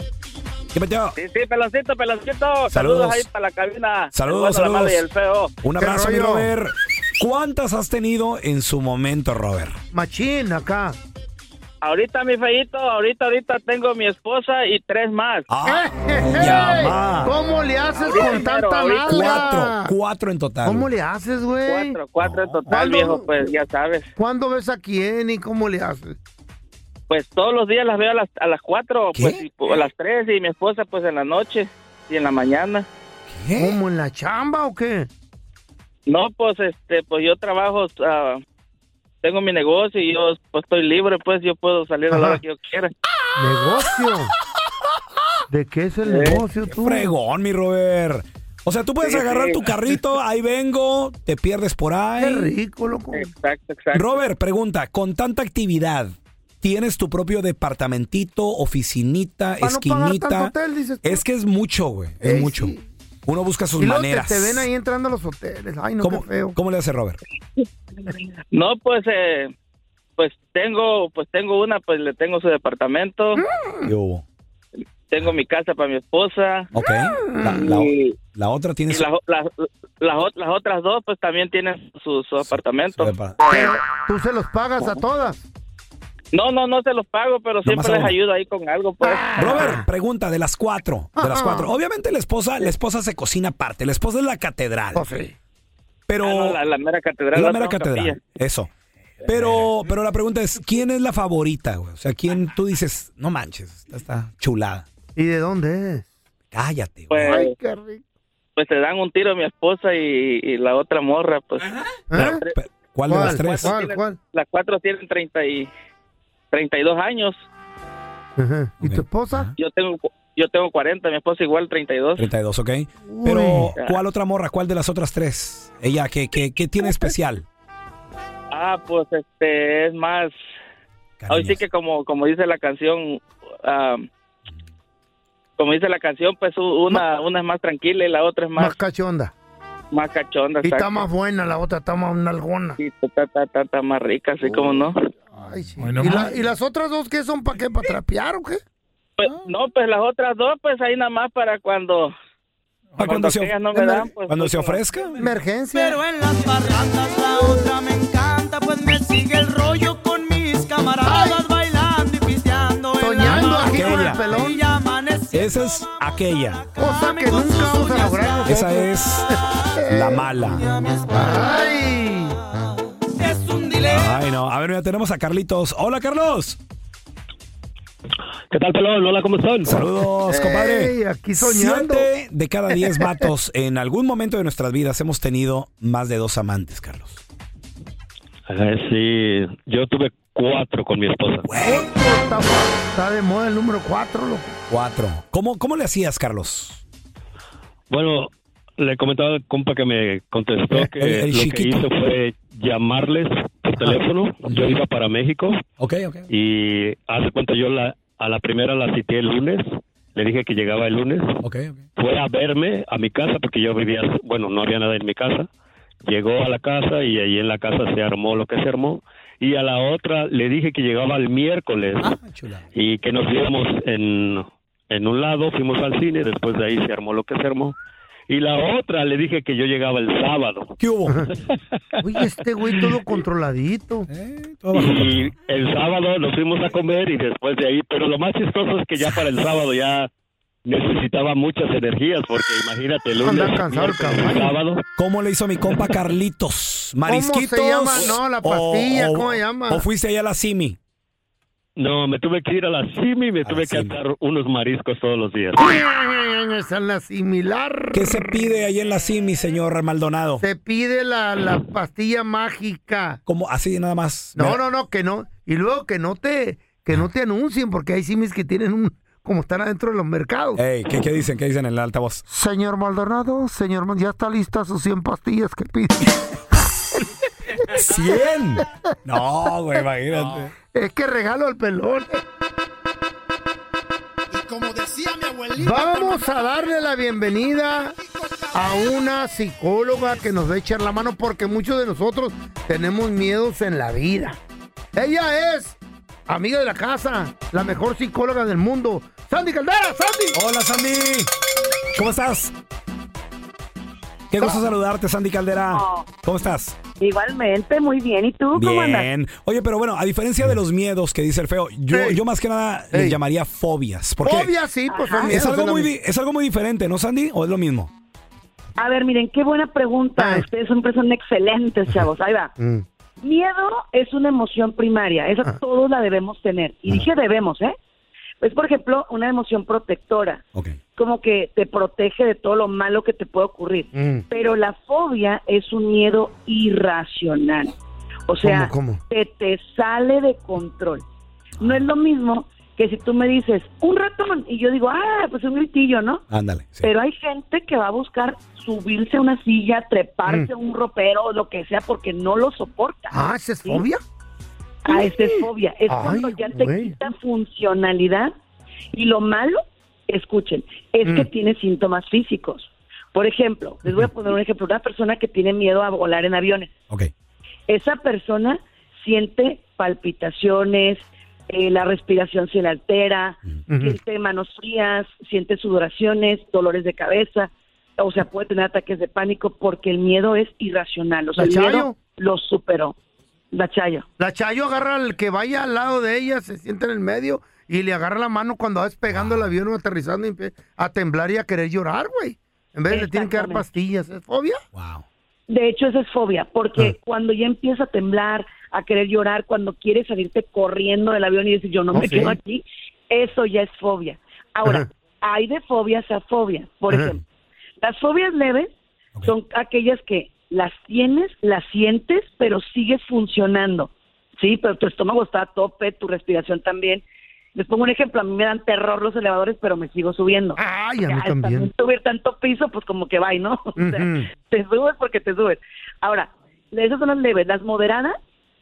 Speaker 9: ¿Qué peteo?
Speaker 10: Sí, sí, pelacito, pelacito. Saludos,
Speaker 9: Saludos.
Speaker 10: ahí para la cabina.
Speaker 9: Saludos,
Speaker 10: El bueno,
Speaker 9: saludos.
Speaker 10: la mala y el feo.
Speaker 9: Un abrazo, mi Robert. ¿Cuántas has tenido en su momento, Robert?
Speaker 8: Machín, acá.
Speaker 10: Ahorita, mi feito, ahorita, ahorita tengo mi esposa y tres más.
Speaker 8: ya, ma. Ah. ¿Cómo le haces con tanta nalga?
Speaker 9: Cuatro, cuatro en total.
Speaker 8: ¿Cómo le haces, güey?
Speaker 10: Cuatro, cuatro en total,
Speaker 8: ¿Cuándo-
Speaker 10: viejo, pues ya sabes.
Speaker 8: ¿Cuándo ves a quién y cómo le haces?
Speaker 10: Pues todos los días las veo a las, a las cuatro, pues y- o a las tres, y mi esposa pues en la noche y en la mañana.
Speaker 8: ¿Cómo en la chamba o qué?
Speaker 10: No, pues este, pues yo trabajo, ah, tengo mi negocio y yo pues estoy libre, pues yo puedo salir a la
Speaker 8: Ajá.
Speaker 10: hora que yo quiera.
Speaker 8: Negocio. ¿De qué es el
Speaker 9: Eh,
Speaker 8: negocio tú?
Speaker 9: Fregón, mi Robert. O sea, tú puedes
Speaker 8: Sí,
Speaker 9: agarrar
Speaker 8: sí.
Speaker 9: tu carrito, ahí vengo, te pierdes por ahí.
Speaker 8: Qué rico, loco.
Speaker 10: Exacto, exacto.
Speaker 9: Robert, pregunta, con tanta actividad, ¿tienes tu propio departamentito, oficinita,
Speaker 8: Para no pagar
Speaker 9: esquinita?
Speaker 8: tanto hotel, dices tú.
Speaker 9: es que es mucho, güey, es
Speaker 8: Ey,
Speaker 9: mucho. Uno busca sus
Speaker 8: y luego te-
Speaker 9: maneras.
Speaker 8: Te, ven ahí entrando a los hoteles. Ay, no,
Speaker 9: ¿Cómo,
Speaker 8: qué feo.
Speaker 9: cómo le hace Robert?
Speaker 10: No, pues, eh, pues tengo, pues tengo una, pues le tengo su departamento,
Speaker 8: Mm.
Speaker 9: Mm. ¿Qué hubo?
Speaker 10: tengo mi casa para mi esposa.
Speaker 9: Ok. La,
Speaker 8: Mm.
Speaker 9: la- la otra tiene
Speaker 10: Y
Speaker 9: su...
Speaker 10: las, o- las- las o- las otras dos, pues también tienen su, su apartamento. Eh,
Speaker 8: ¿Tú se los pagas a todas?
Speaker 10: No, no, no se los pago, pero
Speaker 9: Nomás
Speaker 10: siempre
Speaker 9: a
Speaker 10: les
Speaker 9: una.
Speaker 10: ayudo ahí con algo, pues.
Speaker 9: Robert, pregunta de las cuatro, de las cuatro. Obviamente la esposa, la esposa se cocina aparte, la esposa es la catedral.
Speaker 8: Oh,
Speaker 9: Pero
Speaker 10: Ah, no, la, la mera catedral.
Speaker 9: la
Speaker 10: la
Speaker 9: mera
Speaker 10: tengo
Speaker 9: catedral,
Speaker 10: capilla.
Speaker 9: eso. Pero, pero la pregunta es, ¿quién es la favorita, güey? O sea, ¿quién tú dices, no manches, esta está chulada?
Speaker 8: ¿Y de dónde es?
Speaker 9: Cállate.
Speaker 10: Pues,
Speaker 8: Qué rico.
Speaker 10: pues se dan un tiro mi esposa y, y la otra morra, pues.
Speaker 8: ¿Eh?
Speaker 9: Pero- pe- ¿Cuál, de las tres?
Speaker 10: cuatro tienen- Las cuatro tienen 30 y, 32 años.
Speaker 8: Ajá. ¿Y tu esposa?
Speaker 10: Yo tengo cu- yo tengo 40, mi esposa igual 32.
Speaker 9: 32, ¿ok? Pero,
Speaker 10: Uy.
Speaker 9: ¿cuál otra morra? ¿Cuál de las otras tres? Ella, ¿qué, qué, qué tiene especial?
Speaker 10: Ah, pues este es más Hoy sí que como como dice la canción ah, como dice la canción, pues u- una una es más tranquila y la otra es más
Speaker 8: Más cachonda.
Speaker 10: más cachonda,
Speaker 8: Y está
Speaker 10: exacto.
Speaker 8: más buena, la otra está más nalgona.
Speaker 10: Sí, está, está- está- está más rica, así
Speaker 8: Oh.
Speaker 10: como no.
Speaker 8: Ay, sí. ¿Y, la- y las otras dos qué son? ¿Para qué? ¿Para trapear o qué? Ah.
Speaker 10: Pues, no, pues las otras dos, pues ahí nada más para cuando.
Speaker 9: Para cuando se of-
Speaker 10: aquellas no me dan, pues,
Speaker 9: Cuando se
Speaker 10: pues,
Speaker 9: ofrezca.
Speaker 8: Emergencia.
Speaker 21: Pero en las parrandas la otra me encanta, pues me sigue el rollo con mis camaradas bailando y pisteando.
Speaker 8: Soñando aquí con el
Speaker 9: pelón. Esa es aquella.
Speaker 8: Cosa que nunca vamos a lograr.
Speaker 9: Esa es la mala.
Speaker 8: Ay.
Speaker 21: Es un dilema.
Speaker 9: Ay, no. A ver, ya tenemos a Carlitos. Hola, Carlos.
Speaker 22: ¿Qué tal, pelón? Hola, ¿cómo están?
Speaker 9: Saludos, compadre.
Speaker 8: Ey, aquí soñando.
Speaker 9: Siete de cada diez vatos en algún momento de nuestras vidas hemos tenido más de dos amantes, Carlos.
Speaker 22: Eh, sí, yo tuve cuatro con mi esposa.
Speaker 8: Está, está de moda el número cuatro, loco.
Speaker 9: Cuatro. ¿Cómo, cómo le hacías, Carlos?
Speaker 22: Bueno, le comentaba al compa que me contestó que
Speaker 9: el- el
Speaker 22: lo
Speaker 9: chiquito.
Speaker 22: que hizo fue llamarles por teléfono. Yo iba para México
Speaker 9: Ok, ok.
Speaker 22: y hace cuenta yo la, a la primera la cité el lunes. Le dije que llegaba el lunes.
Speaker 9: Ok, ok.
Speaker 22: Fue a verme a mi casa porque yo vivía, bueno, no había nada en mi casa. Llegó a la casa y ahí en la casa se armó lo que se armó. Y a la otra le dije que llegaba el miércoles
Speaker 9: Ah.
Speaker 21: Ah,
Speaker 22: y que nos íbamos en, en un lado, fuimos al cine, después de ahí se armó lo que se armó. Y la otra le dije que yo llegaba el sábado.
Speaker 9: ¿Qué hubo?
Speaker 8: Oye, este güey todo controladito.
Speaker 22: Y el sábado nos fuimos a comer y después de ahí, pero lo más chistoso es que ya para el sábado ya necesitaba muchas energías porque imagínate lunes,
Speaker 9: Andaba cansado el
Speaker 22: miércoles, sábado.
Speaker 9: ¿Cómo le hizo mi compa Carlitos? ¿Marisquitos?
Speaker 8: se llama? No, la
Speaker 9: o-
Speaker 8: pastilla,
Speaker 9: o-
Speaker 8: ¿cómo se llama?
Speaker 9: ¿O fuiste allá a la Simi?
Speaker 22: No, me tuve que ir a la Simi y me tuve que atar unos mariscos todos los días.
Speaker 8: Esa es la similar.
Speaker 9: ¿Qué se pide ahí en la Simi, señor Maldonado?
Speaker 8: Se pide la, la pastilla mágica.
Speaker 9: ¿Cómo? Así nada más.
Speaker 8: No, no, no, que no. Y luego que no te, que no te anuncien, porque hay simis que tienen un, como están adentro de los mercados.
Speaker 9: Ey, ¿qué, qué dicen? ¿Qué dicen en el altavoz?
Speaker 8: Señor Maldonado, señor, Mal- ya está lista sus 100 pastillas que pide.
Speaker 9: ¿100? No, güey, imagínate.
Speaker 8: Es que regalo al pelón.
Speaker 5: Como decía mi abuelita.
Speaker 8: Vamos a darle la bienvenida a una psicóloga que nos va a echar la mano porque muchos de nosotros tenemos miedos en la vida. Ella es amiga de la casa, la mejor psicóloga del mundo. Sandy Caldera, Sandy.
Speaker 9: Hola, Sandy. ¿Cómo estás? Qué gusto saludarte, Sandy Caldera. ¿Cómo estás?
Speaker 23: Igualmente, muy bien. ¿Y tú cómo andas?
Speaker 9: Bien. Oye, pero bueno, a diferencia de los miedos que dice el feo, yo, yo más que nada les llamaría fobias. Porque
Speaker 8: Fobias, sí, pues son
Speaker 9: es
Speaker 8: miedos,
Speaker 9: algo,
Speaker 8: son
Speaker 9: muy,
Speaker 8: la-
Speaker 9: di- es algo muy diferente, ¿no, Sandy? ¿O es lo mismo?
Speaker 23: A ver, miren, qué buena
Speaker 9: Ah.
Speaker 23: pregunta. Ustedes siempre son excelentes, chavos. Ahí va. Miedo es una emoción primaria. Esa
Speaker 9: Ah.
Speaker 23: todos la debemos tener. Y dije debemos, ¿eh? Es, por ejemplo, una emoción protectora. Como que te protege de todo lo malo que te puede ocurrir.
Speaker 8: Mm.
Speaker 23: Pero la fobia es un miedo irracional. O sea,
Speaker 8: ¿Cómo, cómo?
Speaker 23: que te sale de control. No es lo mismo que si tú me dices, un ratón, y yo digo, ah, pues un gritillo, ¿no?
Speaker 9: Ándale.
Speaker 23: Pero hay gente que va a buscar subirse a una silla, treparse a un ropero, lo que sea, porque no lo soporta.
Speaker 8: Mm. Ah, ¿esa es fobia?
Speaker 23: Ah, esa es fobia. Es
Speaker 8: Ay,
Speaker 23: cuando ya te
Speaker 8: güey.
Speaker 23: quita funcionalidad. Y lo malo, escuchen, es
Speaker 8: Mm.
Speaker 23: que tiene síntomas físicos. Por ejemplo, les voy a poner un ejemplo. Una persona que tiene miedo a volar en aviones. Esa persona siente palpitaciones, eh, la respiración se le altera,
Speaker 24: Mm.
Speaker 23: siente este, manos frías, siente sudoraciones, dolores de cabeza, o sea, puede tener ataques de pánico porque el miedo es irracional. O sea,
Speaker 8: ¿La
Speaker 23: el miedo
Speaker 8: Chayo?
Speaker 23: lo superó. La Chayo.
Speaker 8: La Chayo agarra al que vaya al lado de ella, se sienta en el medio y le agarra la mano cuando va despegando el avión o aterrizando y empieza a temblar y a querer llorar, güey. En vez de le tienen que dar
Speaker 23: Exactamente.
Speaker 8: pastillas. ¿Es fobia?
Speaker 23: De hecho, esa es fobia, porque
Speaker 24: Ah.
Speaker 23: cuando ya empieza a temblar, a querer llorar, cuando quiere salirte corriendo del avión y decir yo no
Speaker 24: Oh,
Speaker 23: me
Speaker 24: sí.
Speaker 23: quedo aquí, eso ya es fobia. Ahora,
Speaker 24: Ajá.
Speaker 23: hay de fobias a fobias. Por
Speaker 24: Ajá.
Speaker 23: ejemplo, las fobias leves son aquellas que las tienes, las sientes, pero sigues funcionando. Sí, pero tu estómago está a tope, tu respiración también. Les pongo un ejemplo, a mí me dan terror los elevadores, pero me sigo subiendo.
Speaker 8: Ay, a mí
Speaker 23: al
Speaker 8: también.
Speaker 23: Subir tanto piso, pues como que va, ¿no? O sea,
Speaker 8: Ujú.
Speaker 23: te subes porque te subes. Ahora, esas son las leves. Las moderadas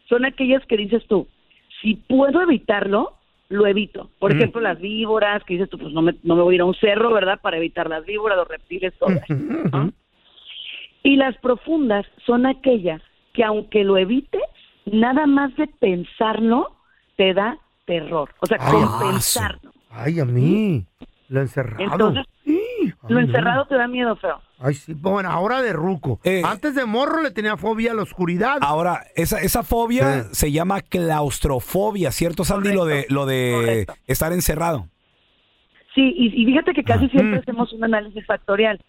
Speaker 23: son aquellas que dices tú, si puedo evitarlo, lo evito. Por
Speaker 24: Mm.
Speaker 23: ejemplo, las víboras, que dices tú, pues no me, no me voy a ir a un cerro, ¿verdad? Para evitar las víboras, los reptiles, todo. eso,
Speaker 8: Mm.
Speaker 16: ¿ah?
Speaker 23: ¿no? Y las profundas son aquellas que aunque lo evites, nada más de pensarlo te da terror. O sea,
Speaker 8: Ay,
Speaker 23: con
Speaker 8: ah,
Speaker 23: pensarlo.
Speaker 8: Ay, a mí. Lo encerrado.
Speaker 23: Entonces,
Speaker 8: Ay, no.
Speaker 23: lo encerrado te da miedo feo.
Speaker 8: Ay, sí. pues, Bueno, ahora de ruco. Antes de morro le tenía fobia a la oscuridad.
Speaker 9: Ahora, esa, esa fobia se llama claustrofobia, ¿cierto, Sandy? Lo de, lo de estar encerrado.
Speaker 23: Sí, y, y fíjate que
Speaker 9: Ah.
Speaker 23: casi siempre
Speaker 9: Mm.
Speaker 23: hacemos un análisis factorial.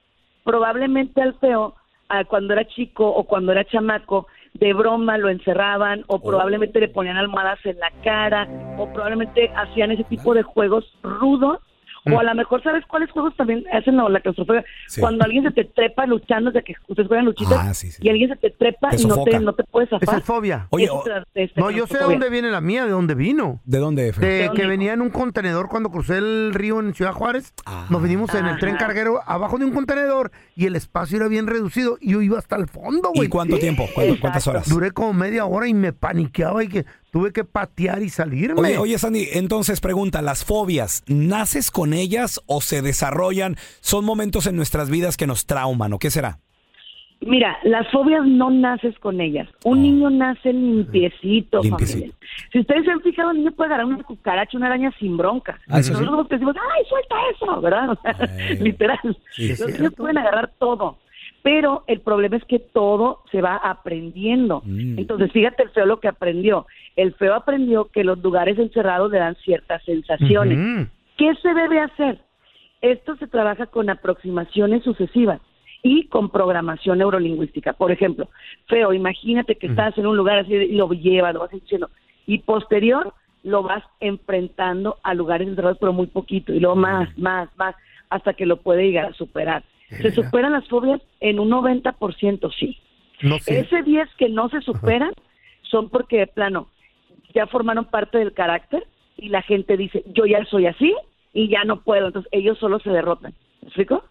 Speaker 23: Probablemente al feo, ah, cuando era chico o cuando era chamaco, de broma lo encerraban
Speaker 9: Oh.
Speaker 23: o probablemente le ponían almohadas en la cara o probablemente hacían ese tipo de juegos rudos. O a lo mejor, ¿sabes cuáles juegos también hacen la, la claustrofobia?
Speaker 9: Mm. Sí.
Speaker 23: Cuando alguien se te trepa luchando, o sea, que ustedes juegan luchitas
Speaker 9: Ah, sí, sí.
Speaker 23: y alguien se te trepa
Speaker 9: Te
Speaker 23: y no
Speaker 9: sofoca.
Speaker 23: te, no te puedes zafar.
Speaker 8: Esa es fobia.
Speaker 9: Oye,
Speaker 23: Esa
Speaker 9: o-
Speaker 23: es la- esta
Speaker 8: No, yo sé de
Speaker 23: claustrofobia.
Speaker 8: dónde viene la mía, de dónde vino.
Speaker 9: ¿De dónde, Fer?
Speaker 8: De que venía en un contenedor cuando crucé el río en Ciudad Juárez. Nos vinimos en el tren
Speaker 9: Ajá.
Speaker 8: carguero abajo de un contenedor y el espacio era bien reducido y yo iba hasta el fondo, güey.
Speaker 9: ¿Y cuánto tiempo? ¿Cuánto- cuántas horas?
Speaker 8: Duré como media hora y me paniqueaba y que tuve que patear y salirme.
Speaker 9: Oye, oye, Sandy, entonces pregunta, ¿las fobias naces con ellas o se desarrollan? ¿Son momentos en nuestras vidas que nos trauman o qué será?
Speaker 23: Mira, las fobias no naces con ellas. Un niño nace limpiecito, familia.
Speaker 9: Ah. Limpiecito.
Speaker 23: Si ustedes se han fijado, un niño puede agarrar una cucaracha, una araña sin bronca.
Speaker 9: Ah, eso sí. Ah,
Speaker 23: Nosotros que decimos, ¡ay, suelta eso! ¿Verdad? O sea, literal.
Speaker 9: Sí, es
Speaker 23: Los niños
Speaker 9: cierto.
Speaker 23: pueden agarrar todo. Pero el problema es que todo se va aprendiendo.
Speaker 9: Mm.
Speaker 23: Entonces, fíjate el feo lo que aprendió. El feo aprendió que los lugares encerrados le dan ciertas sensaciones. ¿Qué se debe hacer? Esto se trabaja con aproximaciones sucesivas y con programación neurolingüística. Por ejemplo, feo, imagínate que estás en un lugar así y lo llevas, lo vas diciendo, y posterior lo vas enfrentando a lugares encerrados, pero muy poquito, y luego más, más, más, hasta que lo puede llegar a superar. Se superan las fobias en un 90%, sí.
Speaker 8: No sé.
Speaker 23: Ese 10 que no se superan son porque de plano ya formaron parte del carácter y la gente dice, yo ya soy así y ya no puedo. Entonces ellos solo se derrotan. ¿Me explico?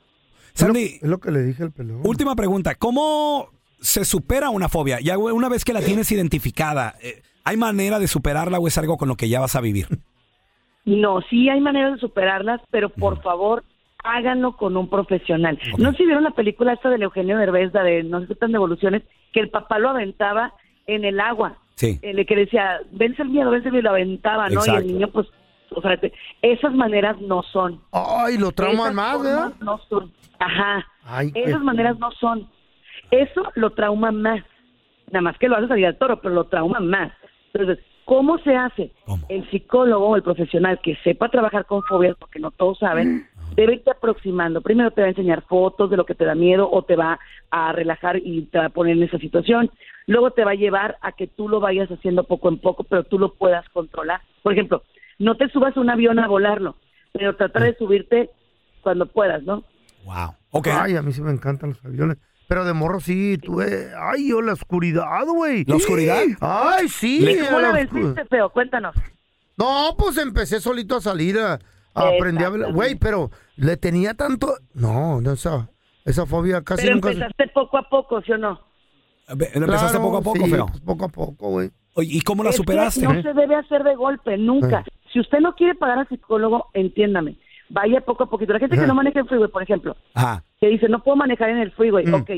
Speaker 9: Sandy,
Speaker 8: Es lo que le dije al pelón.
Speaker 9: última pregunta, ¿cómo se supera una fobia? Ya güey, una vez que la tienes identificada, eh, ¿hay manera de superarla o es algo con lo que ya vas a vivir?
Speaker 23: No, sí hay maneras de superarlas, pero por favor háganlo con un profesional. No sé si vieron la película esta del Eugenio Derbez, la de No se aceptan devoluciones, que el papá lo aventaba en el agua.
Speaker 9: Sí.
Speaker 23: el que decía, vence el miedo, vence el miedo, y lo aventaba, ¿no? Y
Speaker 9: Exacto.
Speaker 23: el niño, pues, o sea, te- esas maneras no son.
Speaker 8: Ay, lo trauman más, ¿verdad?
Speaker 23: No son. Ajá.
Speaker 8: Ay, eh. qué-
Speaker 23: Esas maneras pues, no son. Eso lo trauma más. Nada más que lo hace salir al toro, pero lo trauma más. Entonces, ¿cómo se hace? El psicólogo o el profesional que sepa trabajar con fobias, porque no todos saben, debe irte aproximando. Primero te va a enseñar fotos de lo que te da miedo o te va a relajar y te va a poner en esa situación. Luego te va a llevar a que tú lo vayas haciendo poco en poco, pero tú lo puedas controlar. Por ejemplo, no te subas a un avión a volarlo, pero trata de subirte cuando puedas, ¿no?
Speaker 9: Wow.
Speaker 8: Ay, a mí sí me encantan los aviones. Pero de morro sí, tuve. Ay, yo la oscuridad, güey.
Speaker 9: ¿La oscuridad?
Speaker 8: Ay, sí.
Speaker 9: Le-
Speaker 8: a
Speaker 9: ¿Cómo la
Speaker 8: oscu-
Speaker 23: venciste, feo? Cuéntanos.
Speaker 8: No, pues empecé solito a salir a, a aprender a ver. Güey, pero le tenía tanto. No, no, esa, esa fobia casi
Speaker 23: pero
Speaker 8: nunca. se-
Speaker 23: empezaste poco a poco, ¿sí o no?
Speaker 9: ¿Lo empezaste
Speaker 8: Claro,
Speaker 9: poco a poco,
Speaker 8: sí,
Speaker 9: feo?
Speaker 8: pues, poco a poco, güey.
Speaker 9: Oye, ¿Y cómo la
Speaker 23: Es que
Speaker 9: superaste?
Speaker 23: no se debe hacer de golpe,
Speaker 8: Eh.
Speaker 23: nunca. Si usted no quiere pagar al psicólogo, entiéndame. Vaya poco a poquito. La gente que no maneja en freeway, por ejemplo,
Speaker 9: Ajá.
Speaker 23: que dice, no puedo manejar en el freeway.
Speaker 9: Mm.
Speaker 23: Ok,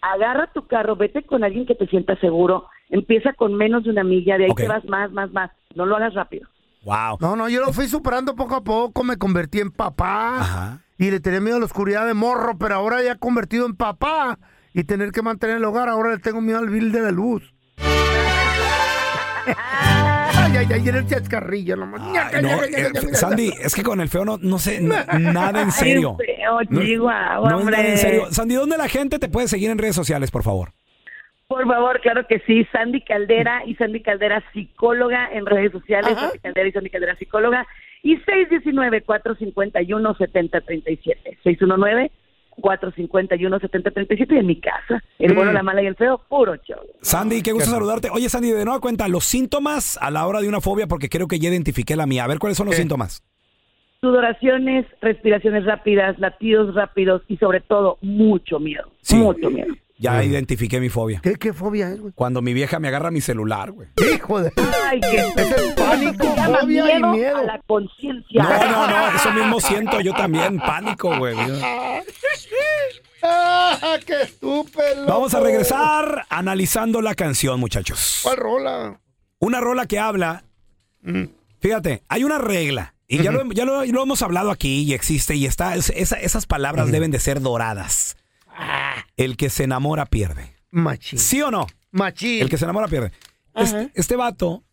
Speaker 23: agarra tu carro, vete con alguien que te sienta seguro. Empieza con menos de una milla, de ahí
Speaker 8: Ok.
Speaker 23: te vas más, más, más. No lo hagas rápido.
Speaker 9: Wow.
Speaker 8: No, no, yo lo fui superando poco a poco, me convertí en papá. Y le tenía miedo a la oscuridad de morro, pero ahora ya convertido en papá y tener que mantener el hogar, ahora le tengo miedo al bill de la luz. ay, ay, ay, era el chascarrillo, nomás.
Speaker 9: Ay, no, eh, Sandy, es que con el feo no, no sé n- nada en serio.
Speaker 23: Ay, feo,
Speaker 9: No-
Speaker 23: Chihuahua,
Speaker 9: no es nada
Speaker 23: hombre.
Speaker 9: en serio. Sandy, ¿dónde la gente te puede seguir en redes sociales, por favor?
Speaker 23: Por favor, claro que sí. Sandy Caldera y Sandy Caldera psicóloga en redes sociales. Sandy Caldera y Sandy Caldera psicóloga. Y 619-451-7037. 619-451-7037 y en mi casa. El bueno,
Speaker 9: Mm.
Speaker 23: la mala y el feo, puro show.
Speaker 9: Sandy, qué gusto saludarte. Oye, Sandy, de nueva cuenta, los síntomas a la hora de una fobia, porque creo que ya identifiqué la mía. A ver, ¿cuáles son los síntomas?
Speaker 23: Sudoraciones, respiraciones rápidas, latidos rápidos y sobre todo mucho miedo. Mucho miedo.
Speaker 9: Ya identifiqué mi fobia.
Speaker 8: ¿Qué, qué fobia es, güey?
Speaker 9: Cuando mi vieja me agarra mi celular, güey.
Speaker 8: ¡Hijo de...
Speaker 23: Ay, qué...
Speaker 8: Es pánico,
Speaker 23: fobia
Speaker 8: y
Speaker 23: miedo. A la conciencia.
Speaker 9: No, no, no, eso mismo siento yo también. Pánico, güey.
Speaker 8: ¡Ah, qué estúpido!
Speaker 9: Vamos a regresar analizando la canción, muchachos.
Speaker 8: ¿Cuál rola? Mm.
Speaker 9: Una rola que habla. Fíjate, hay una regla. Y ya, lo, ya lo- lo hemos hablado aquí y existe y está. es- esa- esas palabras deben de ser doradas. El que se enamora pierde.
Speaker 8: Machín.
Speaker 9: ¿Sí o no?
Speaker 8: Machín.
Speaker 9: El que se enamora pierde. Es- Este, vato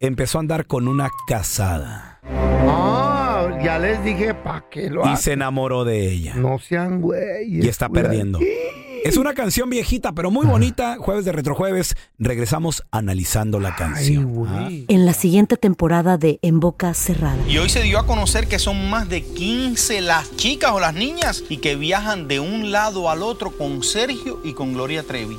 Speaker 9: empezó a andar con una casada
Speaker 8: Ah, ya les dije, ¿pa' qué lo
Speaker 9: y
Speaker 8: haces?
Speaker 9: se enamoró de ella.
Speaker 8: No sean güey.
Speaker 9: Y está perdiendo. Es una canción viejita, pero muy bonita. Jueves de retrojueves, regresamos analizando la canción.
Speaker 25: En la siguiente temporada de En Boca Cerrada.
Speaker 24: Y hoy se dio a conocer que son más de 15 las chicas o las niñas y que viajan de un lado al otro con Sergio y con Gloria Trevi.